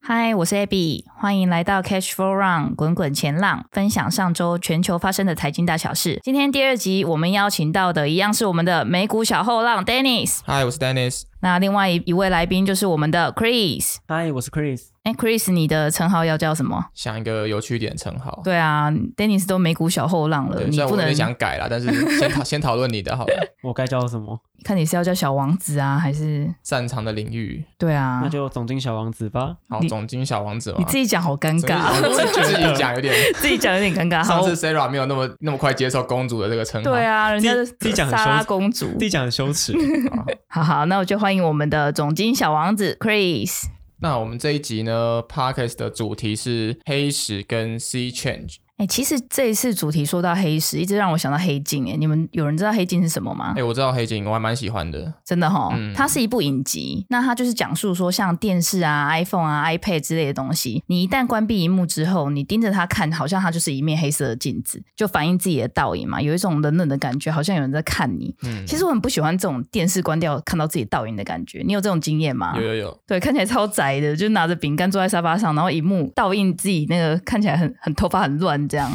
嗨，我是 Abby，欢迎来到 Cash Flow Run 滚滚前浪，分享上周全球发生的财经大小事。今天第二集我们邀请到的一样是我们的美股小后浪 Dennis，嗨，我是 Dennis。那另外一一位来宾就是我们的 Chris。嗨，我是 Chris。哎，Chris，你的称号要叫什么？想一个有趣一点的称号。对啊，Dennis 都美股小后浪了，对，你虽然不我能也想改啦，但是先讨 先讨论你的 好了。我该叫什么？看你是要叫小王子啊，还是擅长的领域，对啊那？就总经小王子吧。好，你总经小王子嘛。你自己啊讲好尴总经小尬，王子自己讲有点。自己讲有点尴尬。好，上次 Sarah 没有那么那么快接受公主的这个称号。对啊，人家自己自己讲是很莎拉羞耻公主， 自己讲很羞 耻。好。好好，那我就欢迎我们的总经小王子 Chris。那我们这一集呢 p o d c a s t 的主题是黑石跟 Sea Change。哎、其实这一次主题说到黑市，一直让我想到黑镜。哎，你们有人知道黑镜是什么吗？哎、我知道黑警，我还蛮喜欢的。真的哈、嗯它是一部影集，那它就是讲述说，像电视啊、iPhone 啊、iPad 之类的东西，你一旦关闭荧幕之后，你盯着它看，好像它就是一面黑色的镜子，就反映自己的倒影嘛，有一种冷冷的感觉，好像有人在看你。嗯，其实我很不喜欢这种电视关掉看到自己倒影的感觉，你有这种经验吗？有有有，对，看起来超宅的，就拿着饼干坐在沙发上，然后一幕倒映自己那个看起来很很头发很乱这样。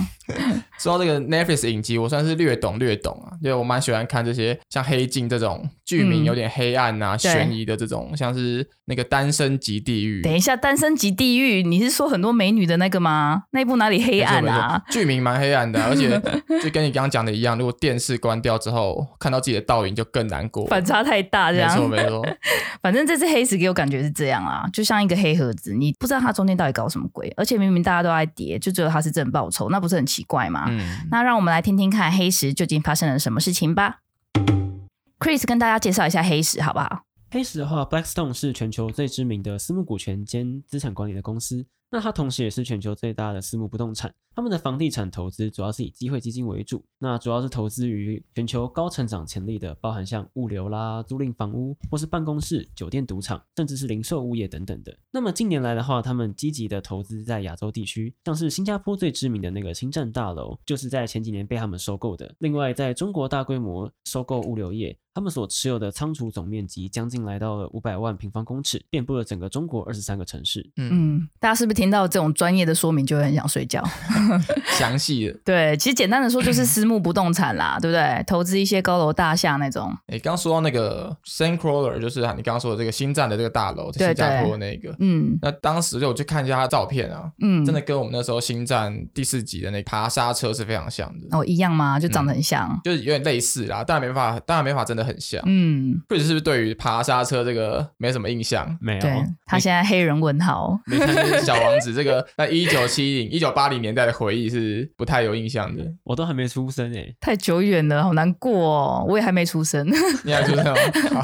说到这个 Netflix 影集，我算是略懂略懂啊，因为我蛮喜欢看这些像《黑镜》这种剧嗯名有点黑暗啊、对悬疑的这种，像是那个《单身即地狱》。等一下，《单身即地狱》，你是说很多美女的那个吗？那一部哪里黑没错暗啊？？没错剧名蛮黑 暗的啊、而且就跟你刚刚讲的一样，如果电视关掉之后，看到自己的倒影就更难过。 反差太大，这没错样。没错， 反正这次黑石给我感觉是这样啊，就像一个黑盒子，你不知道它中间到底搞什么鬼，而且明明大家都在叠，就只有它是正报酬，那不是很奇怪吗？嗯，那让我们来听听看黑石究竟发生了什么事情吧。Chris 跟大家介绍一下黑石好不好？黑石的话，Blackstone 是全球最知名的私募股权兼资产管理的公司，那它同时也是全球最大的私募不动产。他们的房地产投资主要是以机会基金为主，那主要是投资于全球高成长潜力的，包含像物流啦、租赁房屋或是办公室、酒店、赌场，甚至是零售物业等等的。那么近年来的话，他们积极的投资在亚洲地区，像是新加坡最知名的那个新站大楼，就是在前几年被他们收购的。另外，在中国大规模收购物流业，他们所持有的仓储总面积将近来到了五百万平方公尺，遍布了整个中国二十三个城市。嗯，大家是不是听到这种专业的说明就会很想睡觉？详细的。对，其实简单的说就是私募不动产啦，对不对？投资一些高楼大厦那种。诶，刚刚说到那个 Sandcrawler，就是啊你刚刚说的这个新站的这个大楼，对在新加坡那个。嗯那当时我去看一下它的照片啊，嗯，真的跟我们那时候新站第四集的那爬沙车是非常像的，哦一样吗？就长得很嗯像。就是有点类似啦，当然没办法，当然没办法真的很像。嗯，或者是不是对于爬沙车这个没什么 印象？没有，对他现在黑人问号。没看就是小王子这个在一九七零、一九八零年代的回忆是不太有印象的。我都还没出生诶、欸太久远了，好难过哦！我也还没出生。你还知道吗？ 好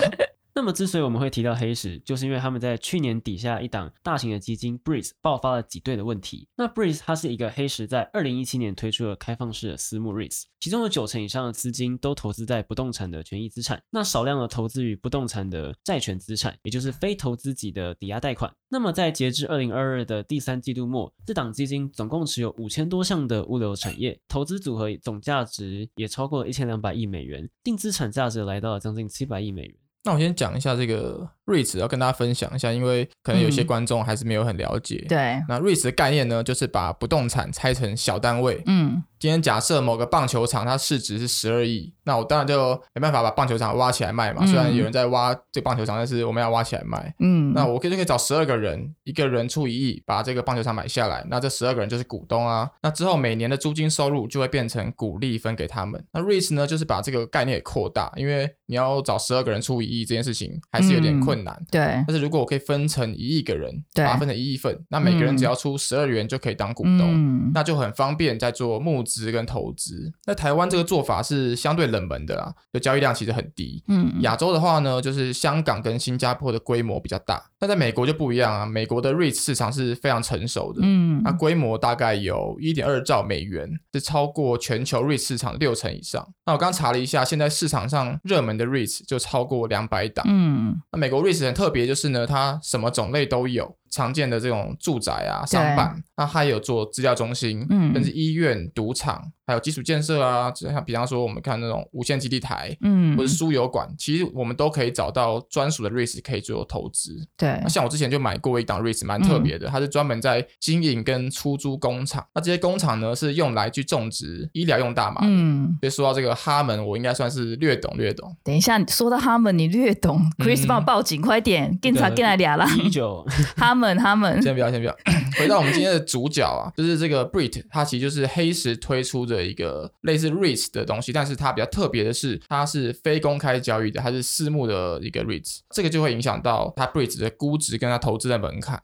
那么，之所以我们会提到黑石，就是因为他们在去年底下一档大型的基金 Breeze 爆发了挤兑的问题。那 Breeze 它是一个黑石在二零一七年推出的开放式的私募 REITs，其中有九成以上的资金都投资在不动产的权益资产，那少量的投资于不动产的债权资产，也就是非投资级的抵押贷款。那么在截至二零二二的第三季度末，这档基金总共持有五千多项的物流产业，投资组合总价值也超过了一千两百亿美元，净资产价值来到了将近七百亿美元。那我先讲一下这个 REITs，要跟大家分享一下，因为可能有些嗯观众还是没有很了解。对，那 REITs 的概念呢，就是把不动产拆成小单位。嗯今天假设某个棒球场它市值是十二亿，那我当然就没办法把棒球场挖起来卖嘛。嗯虽然有人在挖这个棒球场，但是我们要挖起来卖。嗯，那我可以就可以找十二个人，一个人出一亿，把这个棒球场买下来。那这十二个人就是股东啊。那之后每年的租金收入就会变成股利分给他们。那 REITs 呢，就是把这个概念给扩大，因为你要找十二个人出一一亿这件事情还是有点困难。对，但是如果我可以分成一亿个人，嗯对把它分成一亿份，那每个人只要出十二元就可以当股东，嗯，那就很方便在做募资跟投资。那台湾这个做法是相对冷门的啦，就交易量其实很低。嗯，亚洲的话呢，就是香港跟新加坡的规模比较大，但在美国就不一样啊。美国的 REIT 市场是非常成熟的，嗯那规模大概有一点二兆美元，是超过全球 REIT 市场六成以上。那我刚查了一下，现在市场上热门的 REIT 就超过两百档。嗯那美国 REIT 很特别，就是呢，它什么种类都有，常见的这种住宅啊、商办，那它也有做资料中心，嗯甚至医院、赌场，还有基础建设啊，就像比方说我们看那种无线基地台。嗯或者，输油管，其实我们都可以找到专属的 REIT 可以做投资。对嗯那，像我之前就买过一档 REIT，蛮特别的，它是专门在经营跟出租工厂。那这些工厂呢，是用来去种植医疗用大麻的。嗯，所以说到这个哈门，我应该算是略懂略懂。等一下，说到他们，你略嗯懂，Chris 帮我报警，快点，警察进来俩啦，一九 他们他们，先不要，先不要。回到我们今天的主角啊，就是这个 Brit，它其实就是黑石推出的一个类似 REIT 的东西，但是它比较特别的是，它是非公开交易的，它是私募的一个 REIT，这个就会影响到它 Brit 的估值跟它投资的门槛。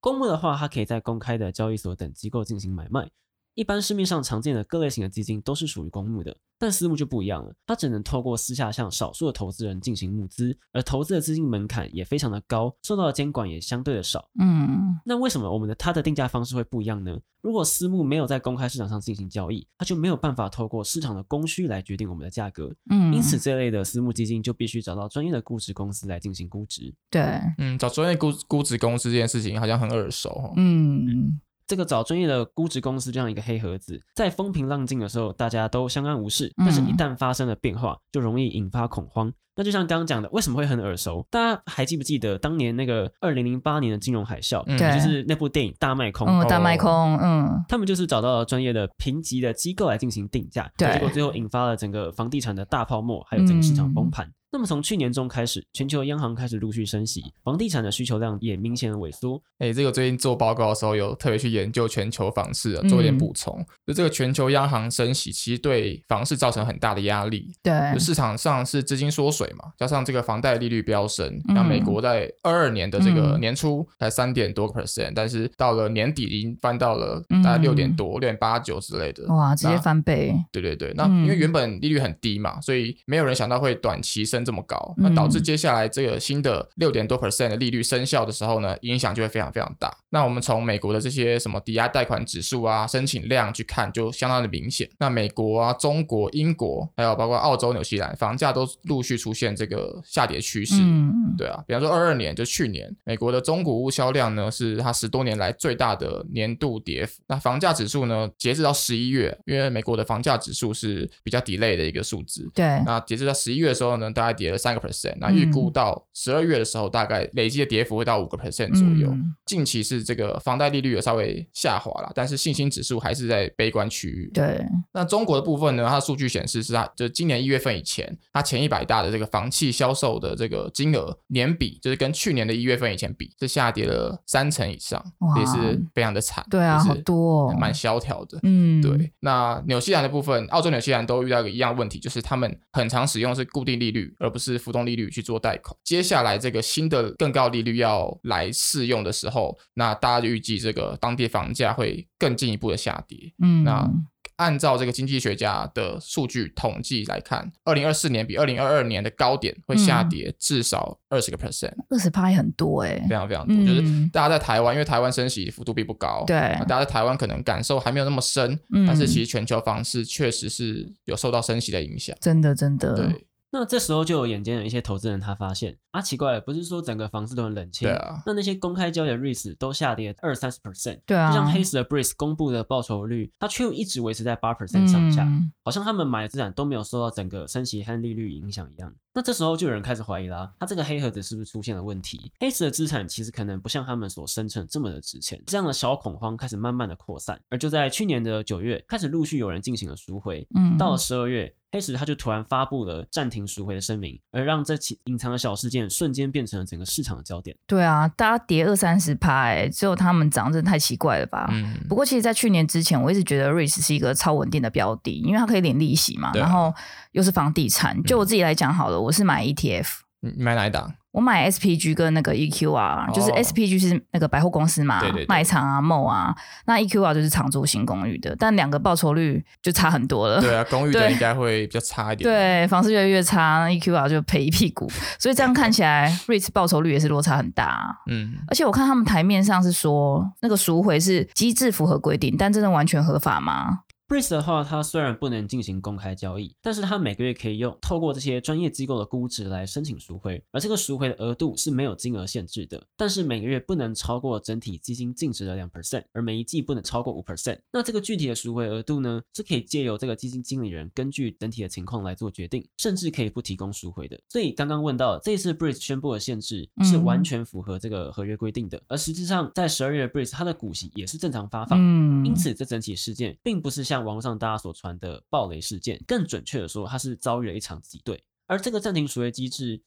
公募的话，它可以在公开的交易所等机构进行买卖。一般市面上常见的各类型的基金都是属于公募的，但私募就不一样了，它只能透过私下向少数的投资人进行募资，而投资的资金门槛也非常的高，受到的监管也相对的少。嗯那为什么我们的它的定价方式会不一样呢？如果私募没有在公开市场上进行交易，它就没有办法透过市场的供需来决定我们的价格，嗯，因此这类的私募基金就必须找到专业的估值公司来进行估值。对，嗯，找专业估估值公司这件事情好像很耳熟哦。嗯这个找专业的估值公司这样一个黑盒子，在风平浪静的时候，大家都相安无事，嗯但是一旦发生了变化，就容易引发恐慌。那就像刚刚讲的，为什么会很耳熟？大家还记不记得当年那个二零零八年的金融海啸，嗯对就是那部电影《大卖空》嗯，大麦哦空，嗯他们就是找到了专业的评级的机构来进行定价，对结果最后引发了整个房地产的大泡沫，还有整个市场嗯崩盘。那么从去年中开始，全球央行开始陆续升息，房地产的需求量也明显的萎缩。哎，这个最近做报告的时候有特别去研究全球房市、啊，做一点补充。就这个全球央行升息，其实对房市造成很大的压力。对，就市场上是资金缩水嘛，加上这个房贷利率飙升，嗯那美国在二二年的这个嗯年初才三点多 percent，但是到了年底已经翻到了大概嗯六点多、六点八九之类的。哇，直接那翻倍，对对对，那嗯因为原本利率很低嘛，所以没有人想到会短期升这么高，嗯那导致接下来这个新的六点多 percent 的利率生效的时候呢，影响就会非常非常大。那我们从美国的这些什么抵押贷款指数啊、申请量去看，就相当的明显。那美国啊、中国、英国，还有包括澳洲、纽西兰，房价都陆续出现这个下跌趋势。嗯对啊，比方说二二年，就去年，美国的中古屋销量呢是它十多年来最大的年度跌幅。那房价指数呢，截至到十一月，因为美国的房价指数是比较 delay 的一个数字。对，那截至到十一月的时候呢，大概跌了三个 percent。那预估到十二月的时候，大概累计的跌幅会到五个 percent 左右。嗯近期是这个房贷利率有稍微下滑了，但是信心指数还是在悲观区域。对，那中国的部分呢？它的数据显示是它，就是今年一月份以前，它前一百大的这个房企销售的这个金额年比，就是跟去年的一月份以前比，是下跌了三成以上哇，也是非常的惨，对啊，也是好多、哦，蛮萧条的。嗯，对，那纽西兰的部分，澳洲、纽西兰都遇到一个一样的问题，就是他们很常使用是固定利率，而不是浮动利率去做贷款。接下来这个新的更高利率要来适用的时候，那大家就预计这个当地房价会更进一步的下跌。嗯，那按照这个经济学家的数据统计来看，二零二四年比二零二二年的高点会下嗯跌至少二十个 percent，二十趴也很多哎、非常非常多。嗯，就是大家在台湾，因为台湾升息幅度并不高，对那大家在台湾可能感受还没有那么深，嗯但是其实全球房市确实是有受到升息的影响。真的真的，对那这时候就有眼尖的一些投资人，他发现啊，奇怪了，不是说整个房市都很冷清，对啊那那些公开交易的 REITs 都下跌二三十 percent，对啊，就像黑石的 Breeze 公布的报酬率，它却一直维持在八 percent 上下，嗯好像他们买的资产都没有受到整个升息和利率影响一样。那这时候就有人开始怀疑啊啦，它这个黑盒子是不是出现了问题？黑石的资产其实可能不像他们所声称这么的值钱，这样的小恐慌开始慢慢的扩散，而就在去年的九月，开始陆续有人进行了赎回，嗯，到了十二月，黑石他就突然发布了暂停赎回的声明，而让这起隐藏的小事件瞬间变成了整个市场的焦点。对啊，大家跌二三十趴哎，只有他们涨，真的太奇怪了吧？嗯，不过，其实，在去年之前，我一直觉得 REITs 是一个超稳定的标的，因为它可以领利息嘛，对啊嗯然后又是房地产。就我自己来讲好了，我是买 ETF，你你买哪 一档？我买 SPG 跟那个 EQR，、就是哦 SPG 是那个百货公司嘛，对对对卖场啊、mall 啊，那 EQR 就是长租型公寓的，但两个报酬率就差很多了。对啊，公寓的对应该会比较差一 点。，对，房市越来越差那，EQR 就赔一屁股，所以这样看起 来 REITs 报酬率也是落差很大、啊。嗯，而且我看他们台面上是说那个赎回是机制符合规定，但真的完全合法吗？ Breeze 的话，它虽然不能进行公开交易，但是它每个月可以用透过这些专业机构的估值来申请赎回，而这个赎回的额度是没有金额限制的，但是每个月不能超过整体基金净值的两 percent，而每一季不能超过五 percent。那这个具体的赎回额度呢，是可以借由这个基金经理人根据整体的情况来做决定，甚至可以不提供赎回的。所以刚刚问到这一次 Breeze 宣布的限制是完嗯全符合这个合约规定的，而实质上在十二月 Breeze 它的股息也是正常发放，嗯，因此，这整起事件并不是像网络上大家所传的暴雷事件，更准确的说，它是遭遇了一场挤兑。而这个暂停赎回机制，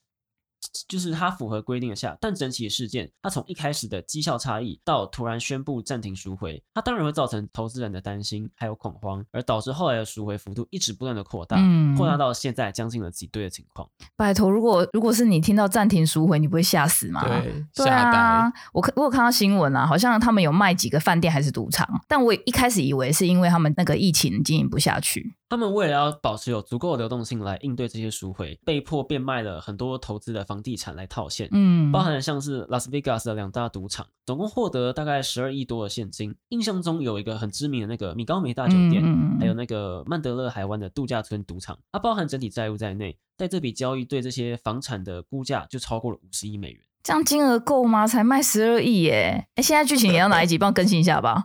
就是它符合规定的下，但整起事件，它从一开始的绩效差异到突然宣布暂停赎回，它当然会造成投资人的担心还有恐慌，而导致后来的赎回幅度一直不断的扩大，嗯扩大到现在将近了挤兑的情况。拜托，如果如果是你听到暂停赎回，你不会吓死吗？对，啊对下单啊，我看我有看到新闻啊，好像他们有卖几个饭店还是赌场，但我一开始以为是因为他们那个疫情经营不下去，他们为了要保持有足够的流动性来应对这些赎回，被迫变卖了很多投资的房地产来套现。嗯，包含了像是拉斯维加斯的两大赌场，总共获得大概十二亿多的现金。印象中有一个很知名的那个米高梅大酒店，嗯嗯嗯还有那个曼德勒海湾的度假村赌场，它、包含整体债务在内，在这笔交易对这些房产的估价就超过了五十亿美元。这样金额够吗？才卖十二亿耶！哎，现在剧情也要哪一集？帮我更新一下吧。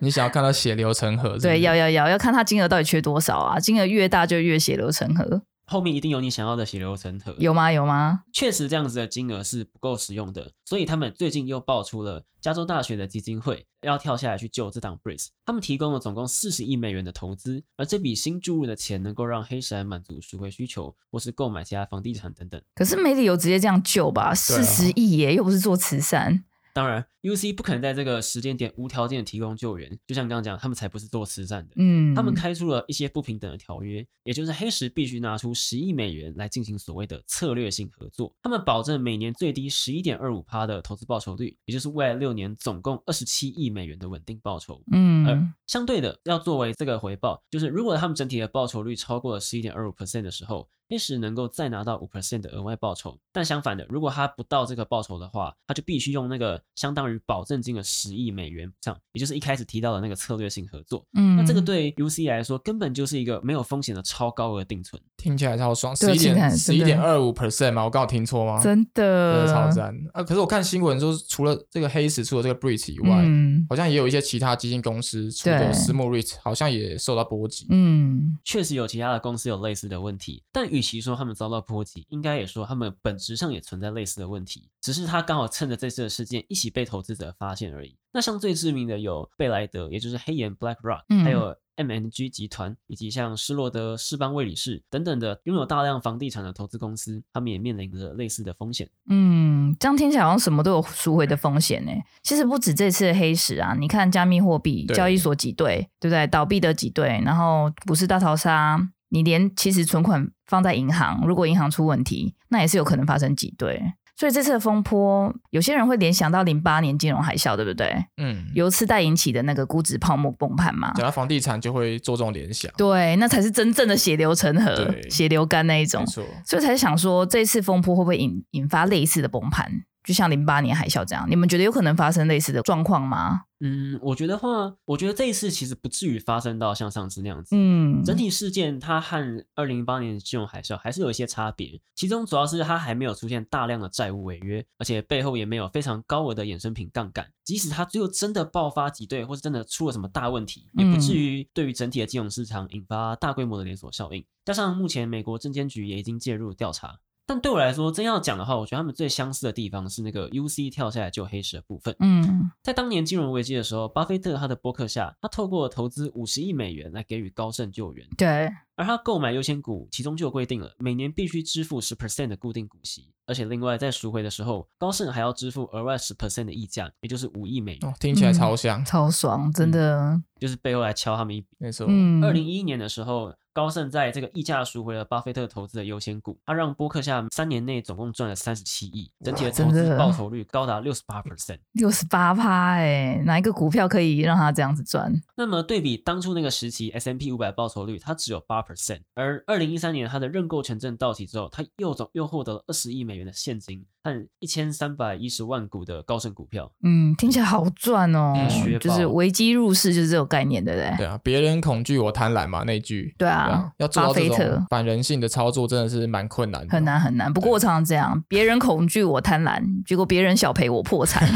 你想要看到血流成河是不是对，要要要要看他金额到底缺多少啊？金额越大就越血流成河，后面一定有你想要的血流成河。有吗？有吗？确实这样子的金额是不够使用的，所以他们最近又爆出了加州大学的基金会要跳下来去救这档 Breeze，他们提供了总共四十亿美元的投资，而这笔新注入的钱能够让黑石来满足赎回需求，或是购买其他房地产等等。可是没理由直接这样救啊吧，四十亿耶，又不是做慈善。当然，UC 不可能在这个时间点无条件地提供救援，就像刚刚讲，他们才不是做慈善的。嗯，他们开出了一些不平等的条约，也就是黑石必须拿出十亿美元来进行所谓的策略性合作。他们保证每年最低十一点二五趴的投资报酬率，也就是未来六年总共二十七亿美元的稳定报酬。而嗯相对的，要作为这个回报，就是如果他们整体的报酬率超过了十一点二五 percent 的时候，黑石能够再拿到五 percent 的额外报酬。但相反的，如果他不到这个报酬的话，他就必须用那个相当于保证金的十亿美元这样，也就是一开始提到的那个策略性合作。嗯，那这个对 UC 来说根本就是一个没有风险的超高额定存。听起来超爽，对十听一起来真点的十一点二五 percent 嘛，我刚好听错吗？真真的的超赞啊！可是我看新闻说，除了这个黑石，除了这个 breach 以外，嗯好像也有一些其他基金公司除对了私募 REIT，好像也受到波及。嗯，确实有其他的公司有类似的问题，但与其说他们遭到波及，应该也说他们本质上也存在类似的问题，只是他刚好趁着这次的事件一起被投资者发现而已。那像最致命的有贝莱德，也就是黑岩 BlackRock，嗯还有 MNG 集团，以及像施洛德、士邦卫理士等等的拥有大量房地产的投资公司，他们也面临着类似的风险。嗯，这样听起来好像什么都有赎回的风险呢。欸其实不止这次的黑石啊，你看加密货币对交易所挤兑，对不对？倒闭的挤兑，然后股市大逃杀，你连其实存款放在银行，如果银行出问题，那也是有可能发生挤兑。所以这次的风波，有些人会联想到零八年金融海啸，对不对？嗯，由次贷引起的那个估值泡沫崩盘嘛。讲到房地产就会做这种联想，对，那才是真正的血流成河、对血流干那一种没。错。所以才想说，这次风波会不会引引发类似的崩盘，就像零八年海啸这样？你们觉得有可能发生类似的状况吗？嗯，我觉得话，我觉得这一次其实不至于发生到像上次那样子。嗯，整体事件它和二零零八年的金融海啸还是有一些差别，其中主要是它还没有出现大量的债务违约，而且背后也没有非常高额的衍生品杠杆。即使它最后真的爆发挤兑，或是真的出了什么大问题，也不至嗯于对于整体的金融市场引发大规模的连锁效应。加上目前美国证监局也已经介入调查。但对我来说，真要讲的话，我觉得他们最相似的地方是那个 UC 跳下来救黑石的部分。嗯在当年金融危机的时候，巴菲特他的博客下，他透过投资五十亿美元来给予高盛救援。对，而它购买优先股，其中就有规定了，每年必须支付十 percent 的固定股息，而且另外在赎回的时候，高盛还要支付额外十 percent 的溢价，也就是五亿美元，哦，听起来超香，嗯超爽，真的，就是背后来敲他们一笔。没错，嗯，二零一一年的时候，高盛在这个溢价赎回了巴菲特投资的优先股，他让波克夏三年内总共赚了三十七亿，整体的投真资的啊 报酬率高达六十八 percent。六十八趴，哎、哪一个股票可以让他这样子赚？那么对比当初那个时期 S M P 五百报酬率，它只有八 percent，而二零一三年它的认购权证到期之后，它又总又获得了二十亿美元的现金和一千三百一十万股的高盛股票。嗯，听起来好赚哦嗯学，就是报危机入市，就是这种概念，对不对？对啊，别人恐惧我贪婪嘛那一句，对啊要做到这巴菲种特反人性的操作真的是蛮困难的，很难。很难，不过我常常这样，别人恐惧我贪婪，结果别人小赔我破 产，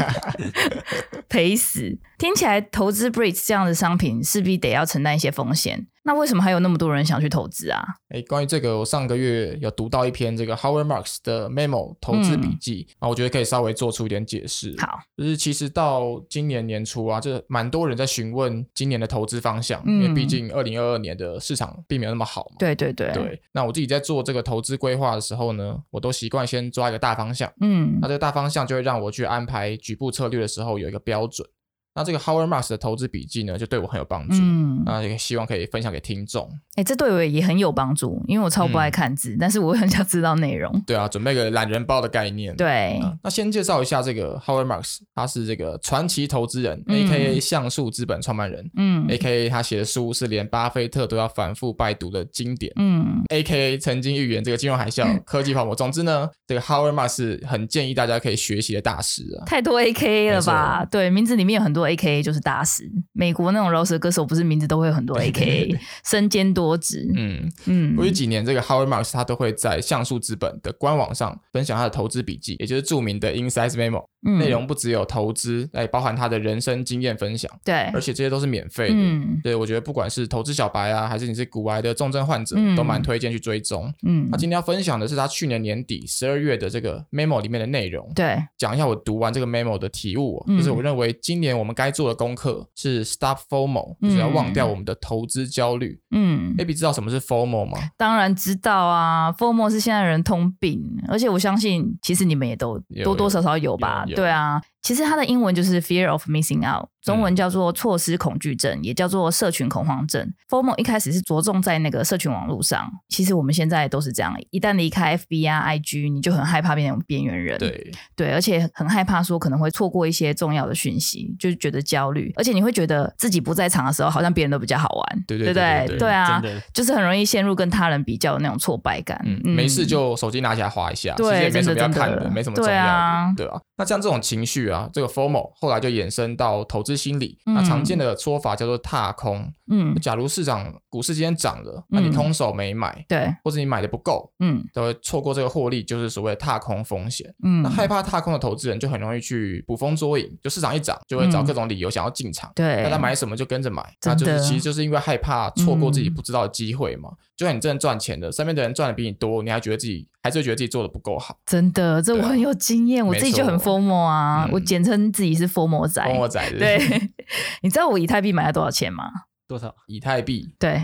赔死。听起来投资 Breeds 这样的商品势必得要承担一些风险，那为什么还有那么多人想去投资啊？哎，关于这个，我上个月有读到一篇这个 Howard Marks 的 memo 投资笔记啊，我觉得可以稍微做出一点解释。嗯好，就是其实到今年年初啊，这蛮多人在询问今年的投资方向，因为嗯毕竟二零二二年的市场并没有那么好嘛。对对对，对，那我自己在做这个投资规划的时候呢，我都习惯先抓一个大方向。嗯那这个大方向就会让我去安排局部策略的时候有一个标准。那这个 Howard Marks 的投资笔记呢，就对我很有帮助。嗯，哎、那也希望可以分享给听众。这对我也很有帮助，因为我超不爱嗯看字，但是我很想知道内容。对啊，准备个懒人包的概念。对，啊。那先介绍一下这个 Howard Marks，他是这个传奇投资人、嗯 a K A 橡树资本创办人、嗯 a K A 他写的书是连巴菲特都要反复拜读的经典。嗯 A K A 曾经预言这个金融海啸、科技泡沫。总之呢，这个 Howard Marks 是很建议大家可以学习的大师啊。太多 A K A 了没吧？对，名字里面有很多 A K A，就是大师。美国那种饶舌歌手不是名字都会有很多 A 对对 K A，身兼多职。嗯，嗯，过去几年，这个 Howard Marks 他都会在橡树资本的官网上分享他的投资笔记，也就是著名的 Insights Memo。嗯内容不只有投资，哎，包含他的人生经验分享，对而，且这些都是免费的。嗯对，我觉得不管是投资小白啊，还是你是骨癌的重症患者，嗯都蛮推荐去追踪。嗯那，今天要分享的是他去年年底十二月的这个 memo 里面的内容，对，讲一下我读完这个 memo 的体悟哦、嗯就是我认为今年我们该做的功课是 stop FOMO，就是要忘掉我们的投资焦虑。嗯， a b 知道什么是 FOMO 吗？当然知道啊，FOMO 是现在人通病，而且我相信其实你们也都有多多少少有吧？有有对啊，其实它的英文就是 fear of missing out，中嗯文叫做错失恐惧症，也叫做社群恐慌症。FOMO 一开始是着重在那个社群网络上，其实我们现在都是这样，一旦离开 FB 啊、IG，你就很害怕变成边缘人。对，对，而且很害怕说可能会错过一些重要的讯息，就是觉得焦虑，而且你会觉得自己不在场的时候，好像别人都比较好玩，对对对对不对对对啊，真的，就是很容易陷入跟他人比较的那种挫败感。嗯，没事就手机拿起来划一下，其对实也没什么要看真的真的没什么重要对的啊，对吧、那像这种情绪啊，这个 FOMO 后来就衍生到投资心理，嗯那常见的说法叫做踏空。嗯，假如市场股市今天涨了，那你空手没买，对，或者你买的不够，嗯都会错过这个获利，就是所谓的踏空风险。嗯那，害怕踏空的投资人就很容易去捕风捉影，就市场一涨就会找嗯各种理由想要进场。对，那他买什么就跟着买，那真就的是其实就是因为害怕错过自己嗯不知道的机会嘛。就算你真的赚钱了，身边的人赚的比你多，你还觉得自己还是会觉得自己做的不够好。真的，这对我啊很有经验，我没自己就很错 FOMO 啊，嗯我简称自己是 FOMO 仔。跟我仔是不是，哎对， 你知道我以太币买了多少钱吗？多少？以太币对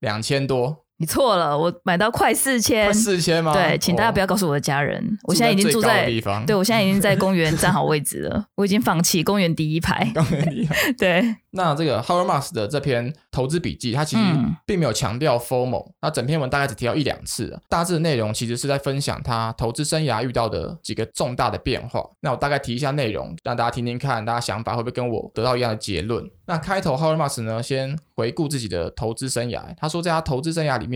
两千多，你错了，我买到快四千快。四千吗？嗯对，请大家不要哦。告诉我的家人，我现在已经最住高的在地方，对，我现在已经在公 园站好位置了，我已经放弃公园第一排。高的地方。对，那这个 Howard Marks 的这篇投资笔记，它其实嗯并没有强调 FOMO，那整篇文大概只提到一两次啊，大致的内容其实是在分享他投资生涯遇到的几个重大的变化。那我大概提一下内容，让大家听听看，大家想法会不会跟我得到一样的结论？那开头 Howard Marks 呢，先回顾自己的投资生涯，他说在他投资生涯里面。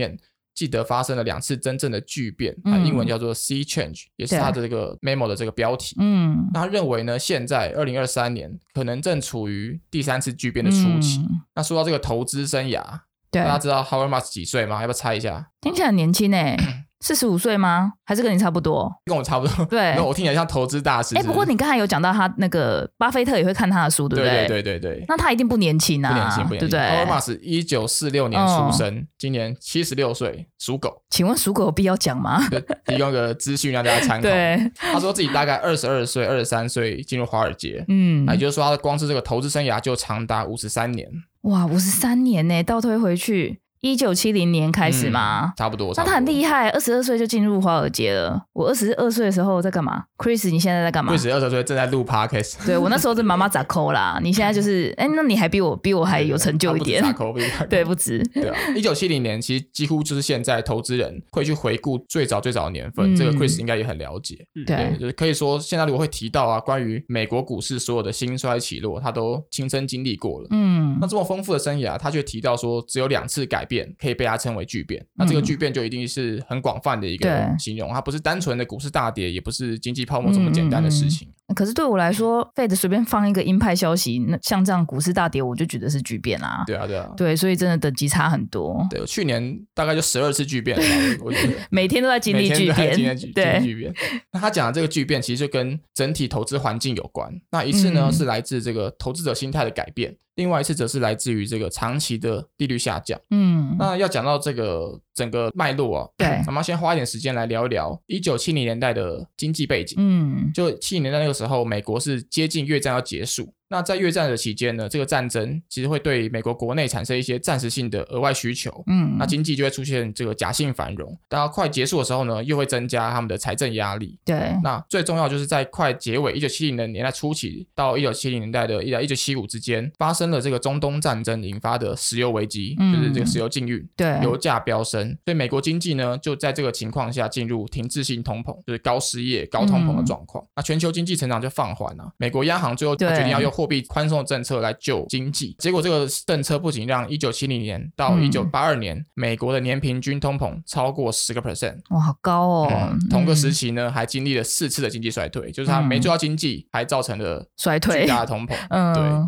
记得发生了两次真正的巨变，啊嗯英文叫做 “sea change”，也是对他的这个 memo 的这个标题。嗯，那他认为呢，现在二零二三年可能正处于第三次巨变的初期。啊嗯那说到这个投资生涯，对大，家知道 Howard Marks 几岁吗？要不要猜一下？听起来很年轻诶、 四十五岁吗？还是跟你差不多？跟我差不多。对 没有我听起来像投资大师。哎、是不过是你刚才有讲到他那个巴菲特也会看他的书，对不对对？对对对对，那他一定不年轻不啊，年轻不年对轻。不对嗯 Howard Marks 一九四六年出生，今年七十六岁，属狗。请问属狗有必要讲吗？就提供一个资讯让大家参考。对，他说自己大概二十二岁、二十三岁进入华尔街，嗯那，也就是说他的光是这个投资生涯就长达五十三年。欸哇，五十三年呢、倒推回去。一九七零年开嗯始吗？差不多。哦那他很害。厉害，二十二岁就进入华尔街了。我二十二岁的时候在干嘛？Chris，你现在在干嘛瑞？士二十岁正在录 podcast，对我那时候是妈妈咋抠啦，你现在就是，哎、那你还比我比我还有成就一点他，不止打 COVID 对，不止。对啊，一九七零年其实几乎就是现在投资人会去回顾最早最早的年份，嗯这个 Chris 应该也很了解。对嗯对，就是可以说现在如果会提到啊，关于美国股市所有的兴衰起落，他都亲身经历过了。嗯那，这么丰富的生涯，他却提到说，只有两次改变可以被他称为巨变。那这个巨变就一定是很广泛的一嗯个对嗯形容，它不是单纯的股市大跌，也不是经济泡沫这么简单的事情。可是对我来说，Fed 随便放一个鹰派消息，那像这样股市大跌，我就觉得是巨变啦、对啊，对啊，对，所以真的等级差很多，对，去年大概就十二次巨变了吧，我我觉得。每天都在经每历天巨都在经变历巨，经历对，巨变。那他讲的这个巨变，其实就跟整体投资环境有关。那一次呢、嗯是来自这个投资者心态的改变，另外一次则是来自于这个长期的利率下降。嗯，那要讲到这个整个脉络啊，对咱们要先花一点时间来聊一聊一九七零年代的经济背景。嗯，就七零年代那个时候，美国是接近越战要结束。那在越战的期间呢，这个战争其实会对美国国内产生一些暂时性的额外需求，嗯，那经济就会出现这个假性繁荣。到快结束的时候呢，又会增加他们的财政压力。对，那最重要就是在快结尾，一九七零的年代初期到一九七零年代的一到一九七五之间，发生了这个中东战争引发的石油危机，嗯就是这个石油禁运。对，油价飙升，所以美国经济呢就在这个情况下进入停滞性通膨，就是高失业、高嗯通膨的状况。那全球经济成长就放缓了、美国央行最后对决定要用货币宽松的政策来救经济，结果这个政策不仅让1970年到嗯1982年、美国的年平均通膨超过10个 percent。哇，好高哦，嗯，同个时嗯期呢，还经历了四次的经济衰退，就是它没嗯做到经济，还造成了衰退巨大的通膨。对，嗯，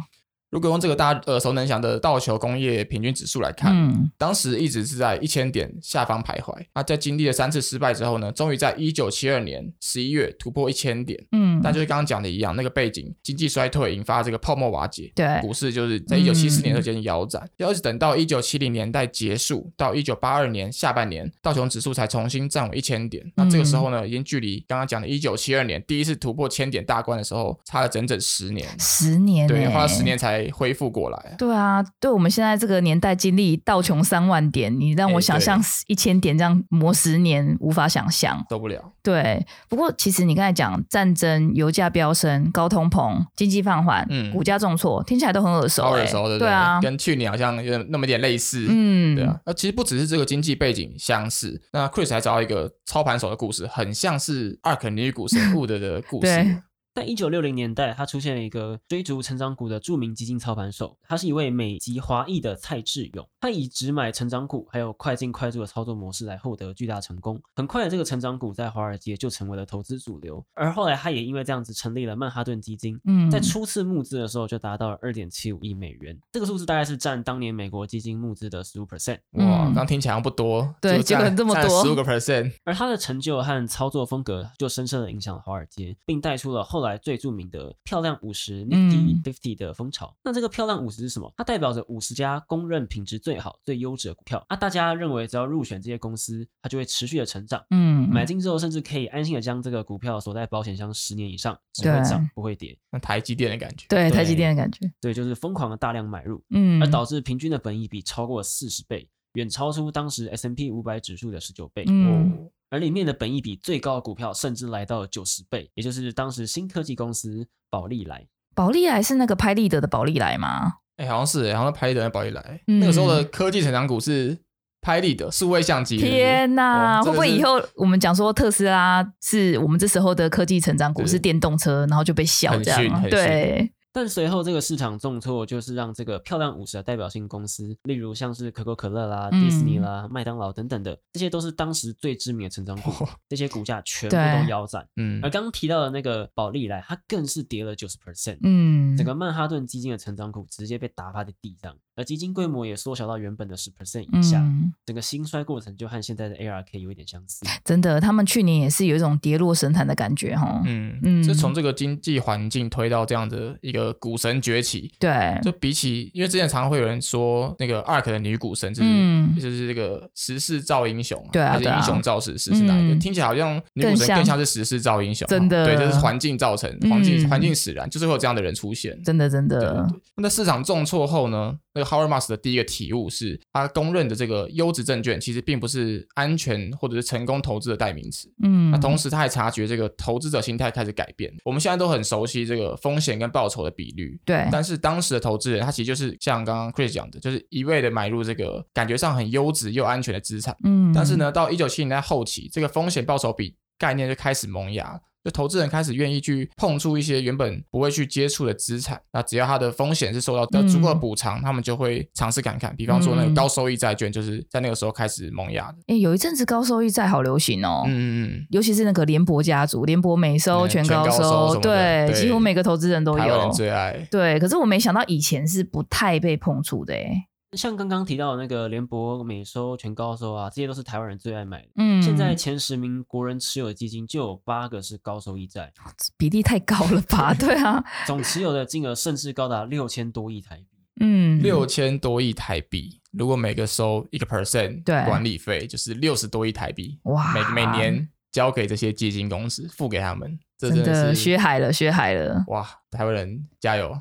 如果用这个大家耳熟能详的道琼工业平均指数来看，嗯，当时一直是在一千点下方徘徊。那在经历了三次失败之后呢，终于在一九七二年十一月突破一千点。嗯，但就是刚刚讲的一样，那个背景经济衰退引发这个泡沫瓦解，对嗯股市就是在一九七四年的时候间腰斩，要一直等到一九七零年代结束到一九八二年下半年，道琼指数才重新站稳一千点。那这个时候嗯呢，已经距离刚刚讲的一九七二年第一次突破千点大关的时候，差了整整十年，十年、欸，对，花了十年才恢复过来。对啊，对我们现在这个年代经历道琼三万点，你让哎我想象对一千点这样磨十年，无法想象。受不了，对，不过其实你刚才讲战争、油价飙升、高通膨、经济放缓、嗯股价重挫，听起来都很耳熟、超欸，耳熟的，对啊，跟去年好像有点那么一点类似，嗯，对啊，那其实不只是这个经济背景相似，那 Chris 还找到一个操盘手的故事，很像是《阿肯尼与股 神 Wood》的故对事。在一九六零年代，他出现了一个追逐成长股的著名基金操盘手，他是一位美籍华裔的蔡志勇。他以只买成长股，还有快进快出的操作模式来获得巨大成功。很快，这个成长股在华尔街就成为了投资主流。而后来，他也因为这样子成立了曼哈顿基金，嗯，在初次募资的时候就达到了二点七五亿美元，这个数字大概是占当年美国基金募资的十五 percent。哇嗯，刚听起来好像不多，对结果这么多十五个 percent，而他的成就和操作风格就深深的影响了华尔街，并带出了后来最著名的“漂亮五十嗯 ”（Nifty Fifty） 的风潮。那这个“漂亮五十”是什么？它代表着五十家公认品质最好、最优质的股票。啊，大家认为只要入选这些公司，它就会持续的成长。嗯，买进之后，甚至可以安心的将这个股票锁在保险箱十年以上，只对会涨不会跌。那台积电的感觉。对台积对电的感觉，对，就是疯狂的大量买入，嗯而，导致平均的本益比超过四十倍，远超出当时 S M P 五百指数的十九倍。嗯哦，而里面的本益比最高的股票甚至来到了九十倍，也就是当时新科技公司宝利来。宝利来是那个拍立得的宝利来吗？哎，好像是耶，好像拍立得宝一来，嗯那个时候的科技成长股是拍立得数位相机。是不是天呐，哦会不会这个是以后我们讲说特斯拉是我们这时候的科技成长股对是电动车，然后就被笑很这逊样？很对，但随后这个市场重挫，就是让这个漂亮五十的代表性公司，例如像是可口可乐啦、嗯迪士尼啦、麦当劳等等的，这些都是当时最知名的成长股，这些股价全部对都腰斩。嗯而，刚刚提到的那个宝利来，它更是跌了九十 percent。嗯，整个曼哈顿基金的成长股直接被打趴在地上，而基金规模也缩小到原本的十 percent 以下，嗯，整个兴衰过程就和现在的 ARK 有一点相似。真的，他们去年也是有一种跌落神坛的感觉哈。嗯，嗯是从这个经济环境推到这样的一个股神崛起，对，就比起，因为之前常会有人说那个 ARK 的女股神，就是、嗯就是这个时势造英雄，对啊还是对啊英雄造时势是哪一个？嗯听起来好像女股更神像更像是时势造英雄嘛，啊真的对，这是环境造成，环境、嗯环境使然，就是会有这样的人出现。真的真对对的对，那市场重挫后呢？那个 Howard Marks 的第一个体悟是，他公认的这个优质证券其实并不是安全或者是成功投资的代名词。嗯，那同时，他还察觉这个投资者心态开始改变。我们现在都很熟悉这个风险跟报酬的比率，对，但是当时的投资人他其实就是像刚刚 Chris 讲的，就是一味的买入这个感觉上很优质又安全的资产。嗯，但是，呢，到一九七零年代后期，这个风险报酬比概念就开始萌芽，就投资人开始愿意去碰触一些原本不会去接触的资产。那只要它的风险是受到的足够的补偿，他们就会尝试看看。比方说那个嗯高收益债券，就是在那个时候开始萌芽的。哎，有一阵子高收益债好流行哦。嗯嗯尤其是那个联博家族，联博美收、嗯全全高收什收，么的对几乎每个投资人嗯，都台湾有人。最爱。对，可是我没想到以前是不太被碰触的哎。像刚刚提到的那个联博、美收、全高收啊，这些都是台湾人最爱买的。嗯，现在前十名国人持有的基金就有八个是高收益债，比例太高了 吧？对啊，总持有的金额甚至高达六千多亿台币。嗯，六千多亿台币，如果每个收一个 percent 对管理费，就是六十多亿台币，哇每每年交给这些基金公司，付给他们，这真真的的学是海了，学海了。哇！台湾人 加油！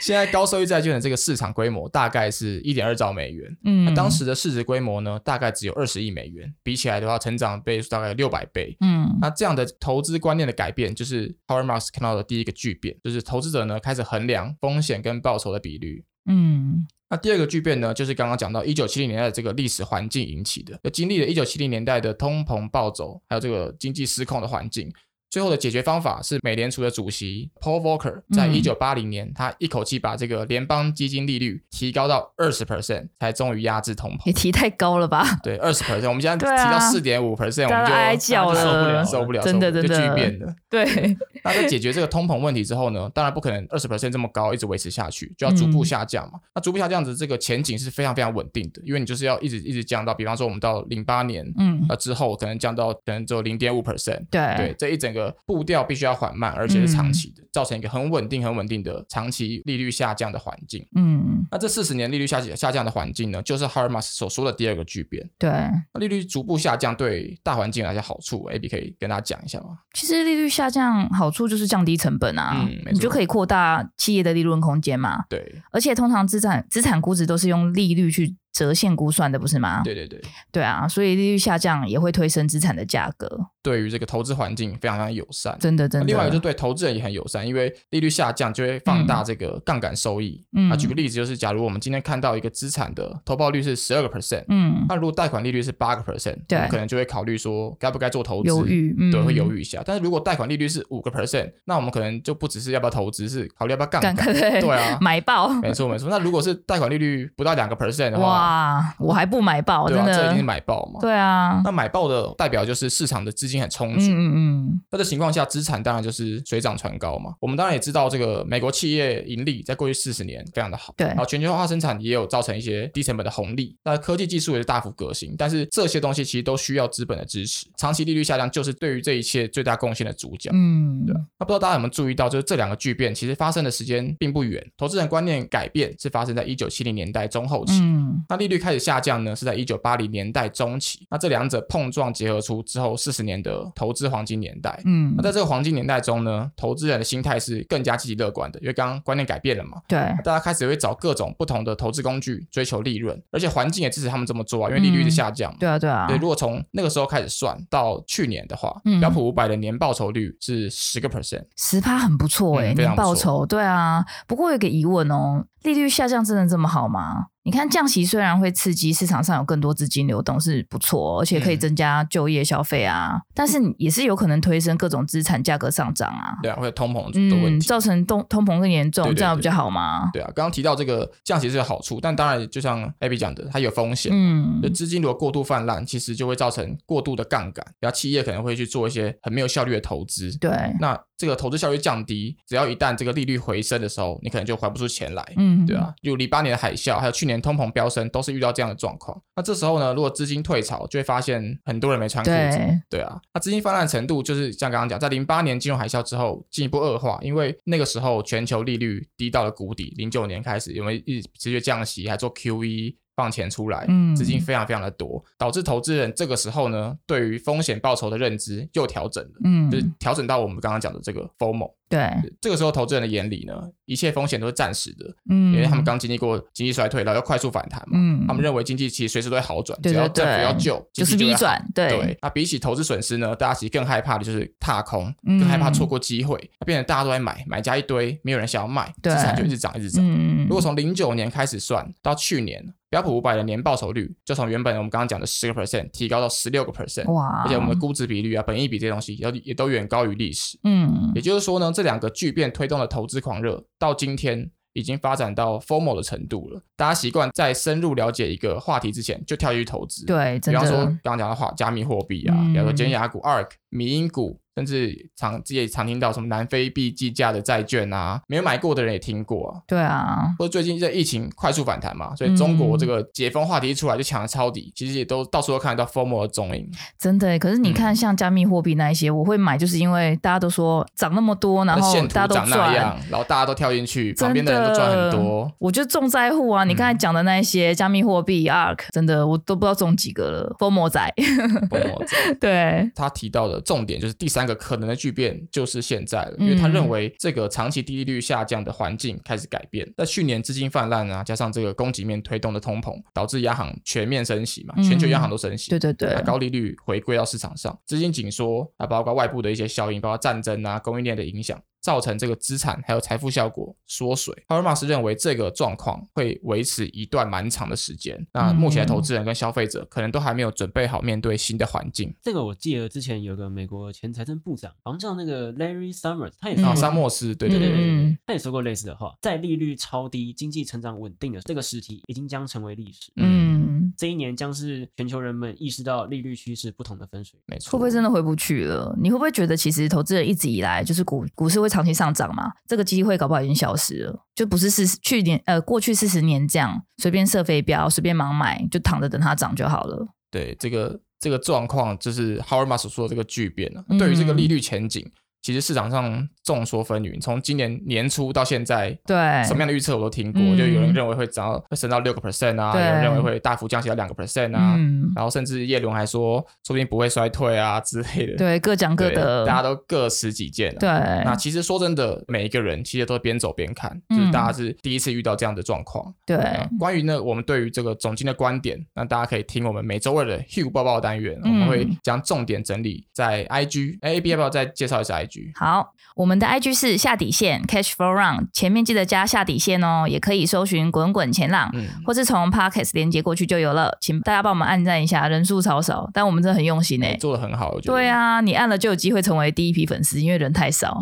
现在高收益债券的这个市场规模大概是一点二兆美元，那嗯，啊当时的市值规模呢，大概只有二十亿美元，比起来的话，成长倍数大概六百倍，嗯那这样的投资观念的改变，就是 Howard Marks 看到的第一个巨变，就是投资者呢开始衡量风险跟报酬的比率。嗯那第二个巨变呢，就是刚刚讲到一九七零年代的这个历史环境引起的，就经历了一九七零年代的通膨暴走，还有这个经济失控的环境。最后的解决方法是美联储的主席 Paul Volcker 在嗯一九八零年，他一口气把这个联邦基金利率提高到二十 percent，才终于压制通膨也。提太高了吧？对，二十 percent，我们现在 对啊提到四点五 percent，我大们家就哀哀叫大家就了受不了，受不了，真的受不了真的就巨变了。对，那在解决这个通膨问题之后呢，当然不可能二十 percent 这么高一直维持下去，就要逐嗯步下降嘛。那逐步下降的这个前景是非常非常稳定的，因为你就是要一直一直降到，比方说我们到零八年嗯，呃之后，可能降到可能只有零点五 percent。对对，，嗯这一整个步调必须要缓慢，而且是长期的，造成一个很稳定、很稳定的长期利率下降的环境。嗯，那这四十年利率下下降的环境呢，就是 h a r m a s 所说的第二个巨变。对。那利率逐步下降对大环境有哪些好处？A B 可以跟大家讲一下吗？其实利率下降好处就是降低成本啊，嗯没错你就可以扩大企业的利润空间嘛。对，而且通常资产资产估值都是用利率去折现估算的，不是吗？对对对。对啊，所以利率下降也会推升资产的价格，对于这个投资环境非常非常友善。真的真的。啊另外一个就对投资人也很友善，因为利率下降就会放大这个杠杆收益。嗯啊，举个例子，就是假如我们今天看到一个资产的投报率是十二个 percent，嗯，那如果贷款利率是八个 percent，对我们可能就会考虑说该不该做投资，犹豫，嗯，对，会犹豫一下。但是如果贷款利率是五个 percent，那我们可能就不只是要不要投资，是考虑要不要杠干，杆。敢对对啊买爆，没错没错。那如果是贷款利率不到两个 percent 的话，哇，我还不买爆，对真啊，这一定是的，买爆嘛。对啊，那买爆的代表就是市场的资金很充嗯足，嗯嗯，那这情况下，资产当然就是水涨船高嘛。我们当然也知道，这个美国企业盈利在过去四十年非常的好，对然后全球化生产也有造成一些低成本的红利，那科技技术也是大幅革新，但是这些东西其实都需要资本的支持。长期利率下降就是对于这一切最大贡献的主角。嗯，对啊，那不知道大家有没有注意到，就是这两个巨变其实发生的时间并不远。投资人观念改变是发生在一九七零年代中后期，嗯，那利率开始下降呢，是在一九八零年代中期。那这两者碰撞结合出之后四十年的投资黄金年代。嗯那，在这个黄金年代中呢，投资人的心态是更加积极乐观的，因为刚刚观念改变了嘛，对，大家开始会找各种不同的投资工具追求利润，而且环境也支持他们这么做啊，因为利率在下降嘛。对啊，对啊，对，如果从那个时候开始算到去年的话，嗯标普五百的年报酬率是十个 percent，十趴很不错哎、欸，嗯非常年不报错酬对啊。不过有一个疑问哦，利率下降真的这么好吗？你看降息虽然会刺激市场上有更多资金流动是不错哦，而且可以嗯增加就业消费啊，但是你也是有可能推升各种资产价格上涨啊，对啊，会有通膨的问嗯，题。造成通通膨更严重，对对这样对比较好吗？对啊，刚刚提到这个降息是有好处，但当然就像 Abby 讲的，它有风险。嗯就，资金如果过度泛滥，其实就会造成过度的杠杆，然后企业可能会去做一些很没有效率的投资。对，那这个投资效率降低，只要一旦这个利率回升的时候，你可能就还不出钱来。嗯，对，啊，就零八年的海啸，还有去年通膨飙升，都是遇到这样的状况。那这时候呢，如果资金退潮，就会发现很多人没穿裤子。对，对啊，那资金泛滥程度就是像刚刚讲，在零八年金融海啸之后进一步恶化，因为那个时候全球利率低到了谷底，零九年开始，因为一直持续降息，还做 QE。放钱出来嗯，资金非常非常的多，导致投资人这个时候呢，对于风险报酬的认知又调整了，嗯就是调整到我们刚刚讲的这个 FOMO。对，这个时候，投资人的眼里呢，一切风险都是暂时的，嗯，因为他们刚经历过经济衰退，然后又快速反弹嘛，嗯他们认为经济其实随时都会好转，对只要对政对府要救，就是经济 V 会好转，对对，那比起投资损失呢，大家其实更害怕的就是踏空，嗯更害怕错过机会，那变成大家都在买，买家一堆，没有人想要卖，对资产就一直涨，一直涨。嗯，如果从零九年开始算到去年，标普五百的年报酬率就从原本我们刚刚讲的十个 percent 提高到十六个 percent，哇，而且我们的估值比率啊、本益比这些东西也都也都远高于历史。嗯也就是说呢，这两个巨变推动了投资狂热，到今天已经发展到 formal 的程度了。大家习惯在深入了解一个话题之前就跳进去投资，对，真比方说的刚刚讲的话，加密货币啊，嗯比方说尖牙股、ARK、迷因股，甚至常自己也常听到什么南非币计价的债券啊，没有买过的人也听过啊。对啊，或者最近这疫情快速反弹嘛，所以中国嗯这个解封话题一出来就抢了抄底，其实也都到处都看得到 FOMO 的踪影。真的耶。可是你嗯看，像加密货币那一些，我会买，就是因为大家都说涨那么多，然后线图大家都长那赚样。，然后大家都跳进去，真旁边的人都赚 很多。嗯我觉得重灾户啊！你刚才讲的那一些加密货币、ARK，真的我都不知道中几个了。疯魔仔， FOMO 这样对，他提到的重点就是第三个可能的巨变就是现在了，因为他嗯认为这个长期低利率下降的环境开始改变。在去年资金泛滥啊，加上这个供给面推动的通膨，导致央行全面升息嘛，嗯全球央行都升息。对对对把高利率回归到市场上，资金紧缩啊，包括外部的一些效应，包括战争啊、供应链的影响，造成这个资产还有财富效果缩水。h a r m a s 认为这个状况会维持一段蛮长的时间。那目前的投资人跟消费者可能都还没有准备好面对新的环境。这个我记得之前有个美国前财政部长，好像叫那个 Larry Summers，他也嗯说啊，过沙漠斯，对对对对对对对嗯对，对，他也说过类似的话，在利率超低、经济成长稳定的这个时期，已经将成为历史。嗯，这一年将是全球人们意识到利率趋势不同的分水岭。没错。会不会真的回不去了？你会不会觉得，其实投资人一直以来就是股股市会长期上涨嘛？这个机会搞不好已经消失了，就不是是去年呃过去四十年这样随便射飞镖、随便盲买，就躺着等它涨就好了。对这个这个状况，就是 Howard m a s 说的这个巨变啊嗯对于这个利率前景，其实市场上众说纷纭。从今年年初到现在，对，什么样的预测我都听过，哎嗯就有人认为会涨到会升到六个 percent 啊，有对人认为会大幅降息到两个 percent 啊，嗯，然后甚至耶伦还说，说不定不会衰退啊 之类的。对，各讲各对的，大家都各持己见、啊。对，那其实说真的，每一个人其实都边走边看，嗯就是大家是第一次遇到这样的状况。对呃，关于呢，我们对于这个总经的观点，那大家可以听我们每周二的 Hugh 报报单元，我嗯们会将重点整理在 IG。哎，AB 要不要再介绍一下 IG？好，我们的 IG 是下底线 Cash Flow Run，前面记得加下底线哦，也可以搜寻“滚滚前浪”嗯，或是从 Pockets 连接过去就有了。请大家帮我们按赞一下，人数超少，但我们真的很用心哎、哎做的很好，我觉得。对。啊，你按了就有机会成为第一批粉丝，因为人太少。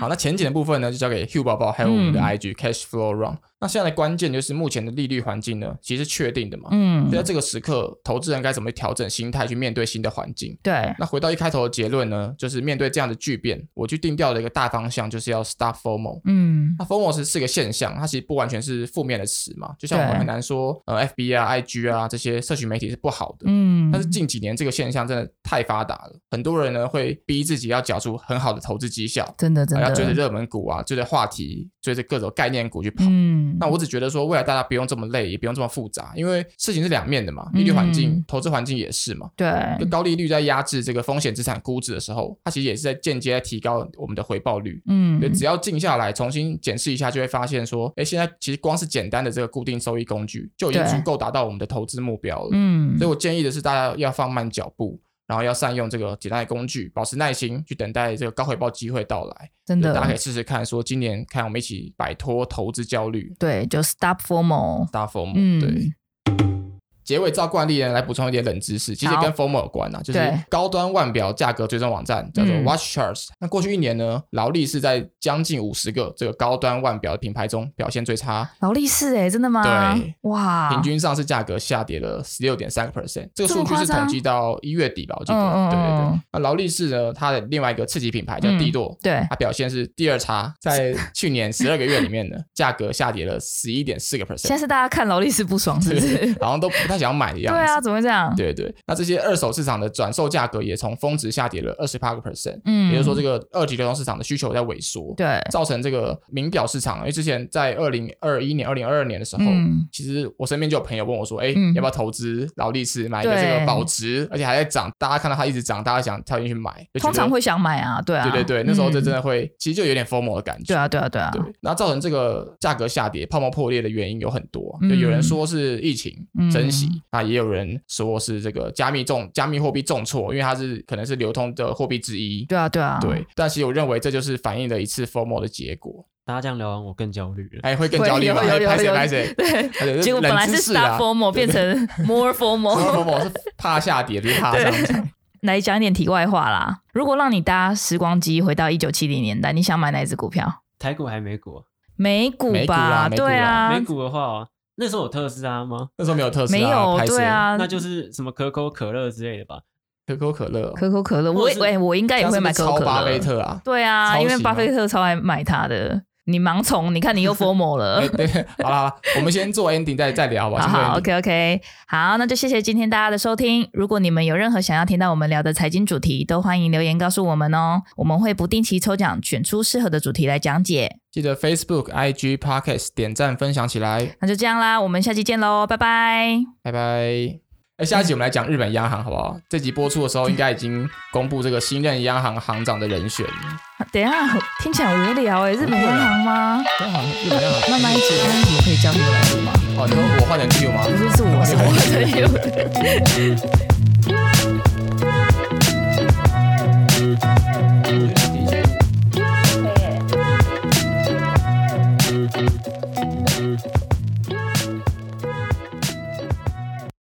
好，那前景的部分呢，就交给 Hugh 宝宝，还有我们的嗯 IG、Cash Flow Run。那现在的关键就是目前的利率环境呢，其实是确定的嘛。嗯所以，在这个时刻，投资人该怎么调整心态去面对新的环境？对，那回到一开头的结论呢，就是面对这样的巨变，我去定调的一个大方向就是要 stop FOMO。嗯那 FOMO 是是个现象，它其实不完全是负面的词嘛，就像我对们很难说呃 FB 啊、IG 啊这些社群媒体是不好的。嗯，但是近几年这个现象真的太发达了，很多人呢会逼自己要缴出很好的投资绩效，真的真啊要追着的，热门股啊，追着话题，追着各种概念股去跑。嗯，那我只觉得说，未来大家不用这么累，也不用这么复杂，因为事情是两面的嘛，利率环境、嗯投资环境也是嘛。对，就高利率在压制这个风险资产估值的时候，它其实也是在间接在提高我们的回报率。嗯对，只要静下来重新检视一下，就会发现说，哎，现在其实光是简单的这个固定收益工具就已经对足够达到我们的投资目标了。嗯所以我建议的是，大家要放慢脚步，然后要善用这个简单的工具，保持耐心去等待这个高回报机会到来。真对大家可的以试试看，说今年看我们一起摆脱投资焦虑，对，就 Stop Formal，大风嗯，对。结尾照惯例呢，来补充一点冷知识，其实也好跟 FOMO 有关啊，就是对高端腕表价格追踪网站叫做嗯 Watch Charts、那过去一年呢，劳力士在将近五十个这个高端腕表的品牌中表现最差，劳力士哎、真的吗？对哇，平均上市价格下跌了十六点三个 percent，这这个么数据夸是张统计到一月底吧，我记嗯得。嗯嗯对对嗯对。那劳力士呢，它的另外一个次级品牌叫嗯帝舵，对它表现是第二差，在去年 十二个月里面呢，价格下跌了十一点四个 percent。 现在是大家看劳力士不爽，是不是？好像都不太太想买的 样对子。啊，怎么会这样？对对，那这些二手市场的转售价格也从峰值下跌了二十八个 percent，嗯也就是说这个二级流动市场的需求在萎缩，对造成这个名表市场。因为之前在二零二一年、二零二二年的时候，嗯其实我身边就有朋友问我说：“哎、嗯要不要投资劳力士买一个对这个保值，而且还在涨？大家看到它一直涨，大家想跳进去买，就觉通得常会想买啊，对啊，对对对，那时候这嗯真的会，其实就有点 formal 的感觉。对啊，对啊，对啊，对，然后造成这个价格下跌、泡沫破裂的原因有很多，啊嗯就有人说是疫情嗯升息，那也有人说是这个加密重加密货币重挫，因为它是可能是流通的货币之一。对啊，对啊，对，但其实我认为这就是反映了一次 FOMO 的结果，大家这样聊完，我更焦虑了。哎，会更会焦虑有吗？哎有有拍谁有拍谁？哎对，这结果本来冷是知识啊 star formal 变成 more 什么 formal。 FOMO 是怕下跌，不是怕 上涨。来讲一点题外话啦，如果让你搭时光机回到一九七零年代，你想买哪一只股票？台股还美股啊、美股美股吧，啦美股对啦啊美，股的话、啊，那时候有特斯拉吗？那时候没有特斯拉，没有，拍谁对，啊，那就是什么可口可乐之类的吧。可口可乐，可口可乐，我或也者是哎，我应该也像会是买不是可口超可巴菲乐。特 啊，对啊，抄袭因为巴吗菲特超爱买它的。你盲从，你看 你又 formal 了哎。对，好啦好啦，我们先做 ending 再再聊吧。好先做 ending 好，OK OK，好，那就谢谢今天大家的收听。如果你们有任何想要听到我们聊的财经主题，都欢迎留言告诉我们哦。我们会不定期抽奖，选出适合的主题来讲解。记得 Facebook、IG、Podcast 点赞分享起来，那就这样啦，我们下期见喽，拜拜。拜拜。哎，下一集我们来讲日本央行好不好？这集播出的时候应该已经公布这个新任央行行长的人选了。等一下，听起来很无聊哎、日本央行吗？央行，日本央行，那那一集那一集我可以交给我来录吗？ 哦，你说我换成 Q 吗？不是，是我，是我的。